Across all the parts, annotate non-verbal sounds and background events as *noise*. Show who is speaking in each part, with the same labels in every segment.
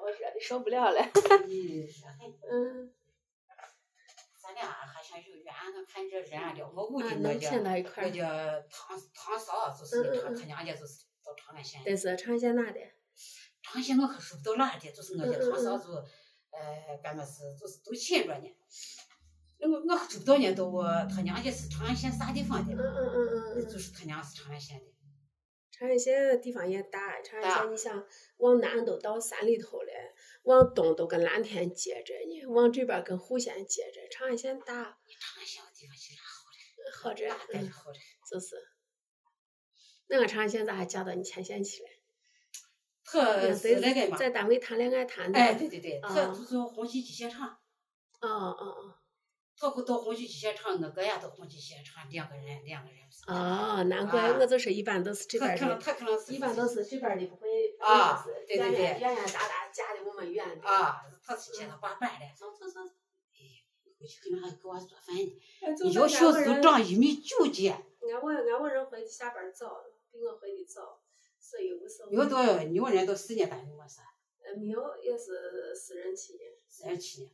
Speaker 1: 我热的受不了了。 *laughs* 嗯，
Speaker 2: 咱俩还像有缘，我看这人啊聊不过
Speaker 1: 啊，
Speaker 2: 的那
Speaker 1: 能
Speaker 2: 叫
Speaker 1: 拼到一块
Speaker 2: 那
Speaker 1: 儿，嗯
Speaker 2: 叫堂堂嫂，啊就是那堂他娘家就是到长安县。
Speaker 1: 这是长线哪的？
Speaker 2: 长些我可说不到哪的，就是我些长
Speaker 1: 嗯
Speaker 2: 嫂子，呃，感觉是就是都牵着呢。那我我还知不道呢，都我他娘家是长安县啥地方的
Speaker 1: 嗯，嗯嗯嗯
Speaker 2: 就
Speaker 1: 嗯，
Speaker 2: 是他娘是长安县的。
Speaker 1: 长安县地方也大，长安
Speaker 2: 大
Speaker 1: 县你想往南都到山里头了，往东都跟蓝天接着呢，往这边儿跟户县接着，长安县大，
Speaker 2: 你长安县的地方其实
Speaker 1: 好着，
Speaker 2: 还好嘞，大
Speaker 1: 嗯
Speaker 2: 的好嘞。
Speaker 1: 就是。那个长安县咋还嫁到你前县去了？
Speaker 2: 他是那个嘛，
Speaker 1: 在单位谈恋爱谈的。
Speaker 2: 哎，对对对，
Speaker 1: 啊
Speaker 2: 他就是红旗机械厂，
Speaker 1: 哦哦
Speaker 2: 他到红旗机械厂，我哥也到红旗机械厂，两个人两个人不是。
Speaker 1: 哦，哦，难怪
Speaker 2: 啊
Speaker 1: 我就说一般都是这边
Speaker 2: 他
Speaker 1: 儿
Speaker 2: 可能
Speaker 1: 的，
Speaker 2: 他可能是
Speaker 1: 一般都是这边儿的不会
Speaker 2: 啊
Speaker 1: 不会是
Speaker 2: 对对
Speaker 1: 远
Speaker 2: 对
Speaker 1: 远远远达达嫁的我们远的。
Speaker 2: 啊，他是见他爸爸的，走走走，哎，回去给俺给我做饭呢。
Speaker 1: 哎
Speaker 2: 你要小时候长一米九几，
Speaker 1: 俺我俺我人回去下班早，比我回去早，所以无所谓。
Speaker 2: 有到你问人到四年单位没啥，
Speaker 1: 呃，没有也是私人企业，
Speaker 2: 三十七年，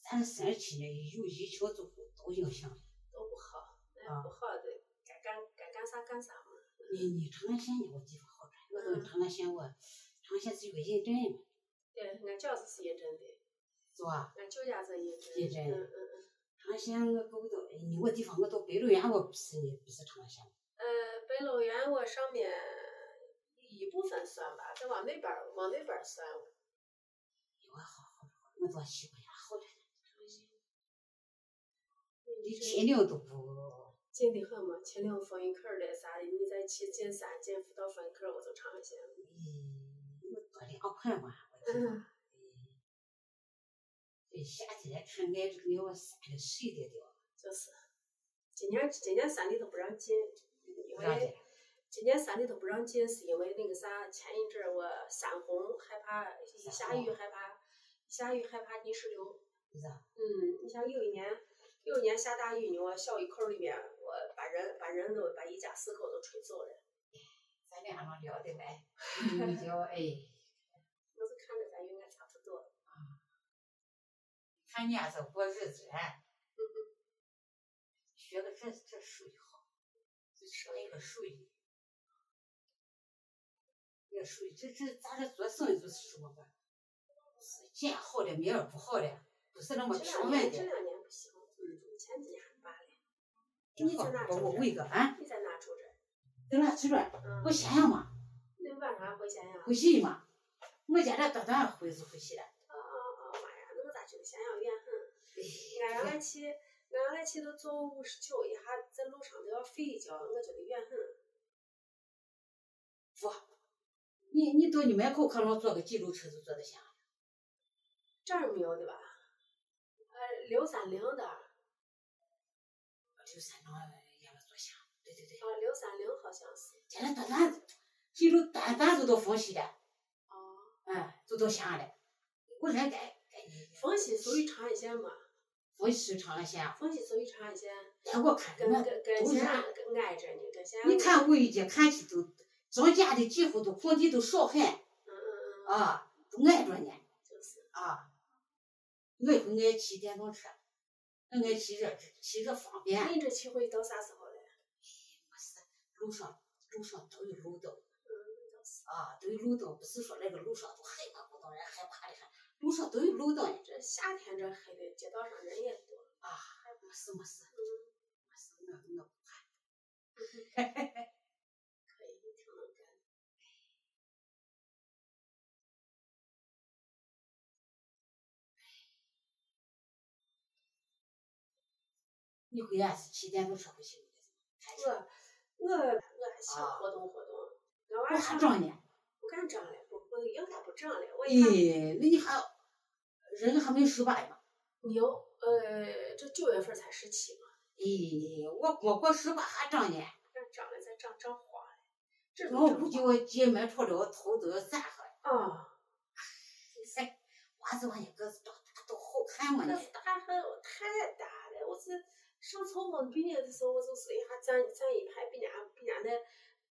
Speaker 2: 咱三十七年有一条就都影响。
Speaker 1: 都不好，那
Speaker 2: 啊
Speaker 1: 不好的，该干该干啥干啥嘛。
Speaker 2: 你你长安县呢，我地方好着，我
Speaker 1: 嗯
Speaker 2: 到长安县我，长安县是有个认证嘛，
Speaker 1: 对，俺饺子是银针的，
Speaker 2: 是吧？
Speaker 1: 俺舅家是银针。
Speaker 2: 银针
Speaker 1: 嗯嗯嗯。
Speaker 2: 长安县我够到，哎你我地方我到白鹿原我不是你不是长安县，
Speaker 1: 呃，北楼园我上面一部分算吧，再往那边儿往那边儿算。
Speaker 2: 我好好着，我到西关也好着呢，长安县
Speaker 1: 你
Speaker 2: 离
Speaker 1: 这
Speaker 2: 秦岭都不，
Speaker 1: 近的很嘛，秦岭风云口儿的啥的，你再去进山进辅导风云口儿，我就尝一下。
Speaker 2: 嗯，我多两块嘛，我地方。
Speaker 1: 嗯，
Speaker 2: 这夏天看俺这个要三的水的了，
Speaker 1: *laughs* 就是，今年今年山里头不让进，因
Speaker 2: 不让
Speaker 1: 为
Speaker 2: 进
Speaker 1: 今年山里头不让进，是因为那个啥，前一阵儿我山洪害怕，一下雨害怕，一下雨害怕泥石流。
Speaker 2: 是吧？
Speaker 1: 嗯，你像有一年，有一年下大雨呢，我小雨口里面，我把人把人都把一家四口都吹走了。
Speaker 2: 咱俩能聊得来，你聊哎，
Speaker 1: 我是看着咱应该差不多。
Speaker 2: 看你也是过日子哎，学个这这手艺好，就上一个手艺，这手艺这这咱这做生意就是什么吧，是见好的，明儿不好的，不是那么
Speaker 1: 这两
Speaker 2: 平稳
Speaker 1: 年这
Speaker 2: 的。
Speaker 1: 两年不行，嗯，前几年还罢了。
Speaker 2: 你
Speaker 1: 你
Speaker 2: 好
Speaker 1: 在哪，
Speaker 2: 我
Speaker 1: 住
Speaker 2: 我
Speaker 1: 着？
Speaker 2: 问一个啊，
Speaker 1: 你在哪住着？
Speaker 2: 在那去了，回
Speaker 1: 嗯，
Speaker 2: 咸阳嘛，
Speaker 1: 那晚上回咸阳。
Speaker 2: 回去嘛，我家这短短回是回去了。
Speaker 1: 哦哦哦，妈呀，那我咋觉得咸阳远
Speaker 2: 嗯
Speaker 1: 很？俺原来去，俺原来去都坐五十九，一下在路上都要睡一觉，我觉得远很。
Speaker 2: 不，你你到你门口可能坐个几路车就坐得下。
Speaker 1: 这儿没有的吧？呃，六三零的。呃
Speaker 2: 就三趟也不坐下。对对对，
Speaker 1: 啊，六三零好像是。
Speaker 2: 现在短短几路短短就到冯溪了，
Speaker 1: 哦，
Speaker 2: 嗯，就到下了。我来该该你
Speaker 1: 冯溪属于长安县嘛？
Speaker 2: 冯溪长安县，
Speaker 1: 冯溪属于长安县，
Speaker 2: 但我看
Speaker 1: 跟
Speaker 2: 着
Speaker 1: 跟跟
Speaker 2: 都
Speaker 1: 咸
Speaker 2: 是
Speaker 1: 阳跟挨着呢，跟咸阳。
Speaker 2: 那，你看五一街看起都张家的几乎都空地都少很
Speaker 1: 嗯嗯嗯，
Speaker 2: 啊，都挨着呢
Speaker 1: 就是，
Speaker 2: 啊。我也会爱骑电动车，我爱骑这骑这方便。
Speaker 1: 你这期会到啥时候嘞？
Speaker 2: 路上路上都有路灯。
Speaker 1: 嗯，到时
Speaker 2: 啊，都有路灯，不是说那个路上都黑嘛，不懂人害怕的很，路上都有路灯呀，这
Speaker 1: 这夏天这黑的，街道上人也多。
Speaker 2: 啊，没事没事，
Speaker 1: 嗯，
Speaker 2: 没事，我我不怕。
Speaker 1: 可以，你挺能干。
Speaker 2: 你回家是骑电动车回去的，开车，
Speaker 1: 我我我还想活动活动，我
Speaker 2: 我
Speaker 1: 娃
Speaker 2: 还
Speaker 1: 上
Speaker 2: 装呢。
Speaker 1: 不敢整了，不不应该不整了。我一看
Speaker 2: 咦，哎那你还人还没十八呀？
Speaker 1: 牛，呃，这九月份才十七嘛，
Speaker 2: 咦，哎我我过十八还长呢，
Speaker 1: 不敢整了，再整整花了。这
Speaker 2: 我
Speaker 1: 不
Speaker 2: 估计我进门出来，我头都要散开。
Speaker 1: 啊。
Speaker 2: 哎，娃子娃一个长大都好看嘛，
Speaker 1: 那
Speaker 2: 你哎
Speaker 1: 大汗我太大了，我是上草帽毕业的时候，我就是一下站站一排，比人家比人家那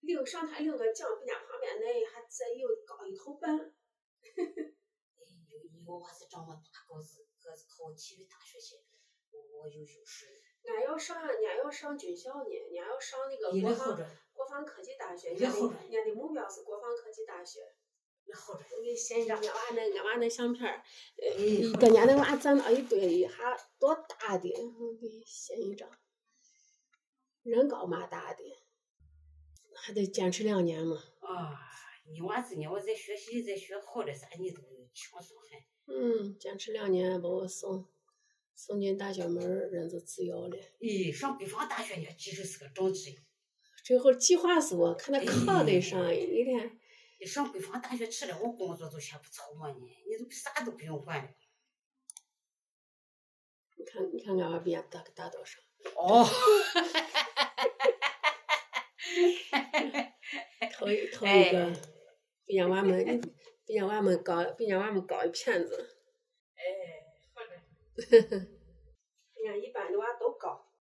Speaker 1: 领上台领个奖，比人家旁边那一下再有高一头半，
Speaker 2: 哎，有有我是长么大个子，个子考体育大学去，我我有优势。
Speaker 1: 俺要上，俺要上军校呢，俺要上那个
Speaker 2: 你来
Speaker 1: 国
Speaker 2: 后
Speaker 1: 防
Speaker 2: 着，
Speaker 1: 国防科技大学，俺
Speaker 2: 你来
Speaker 1: 的
Speaker 2: 后边
Speaker 1: 俺的目标是国防科技大学。
Speaker 2: 那后着。
Speaker 1: 我给嫌着俺娃那俺娃那相片儿，呃
Speaker 2: 哎，
Speaker 1: 跟俺那娃站啊到一堆，还多大的，我给嫌一张。人高马大的，还得坚持两年嘛。
Speaker 2: 啊，你娃子呢？我在学习，在学好的啥，你都轻松很。
Speaker 1: 嗯，坚持两年把我送送进大学门儿，人就自由了。
Speaker 2: 咦，哎上北方大学呢，其实是个壮志。
Speaker 1: 最后计划是我看他
Speaker 2: 哎
Speaker 1: 考得上，一天
Speaker 2: 你上北方大学去了，我工作都先不操磨呢，你都啥都不用管了。
Speaker 1: 你看你看俺娃毕业啊大大多少？
Speaker 2: 哦，
Speaker 1: 头一头一
Speaker 2: 哎
Speaker 1: 个比人娃们
Speaker 2: *laughs*
Speaker 1: 比人娃们高比人娃们高一片子。
Speaker 2: 哎，好的。 *laughs*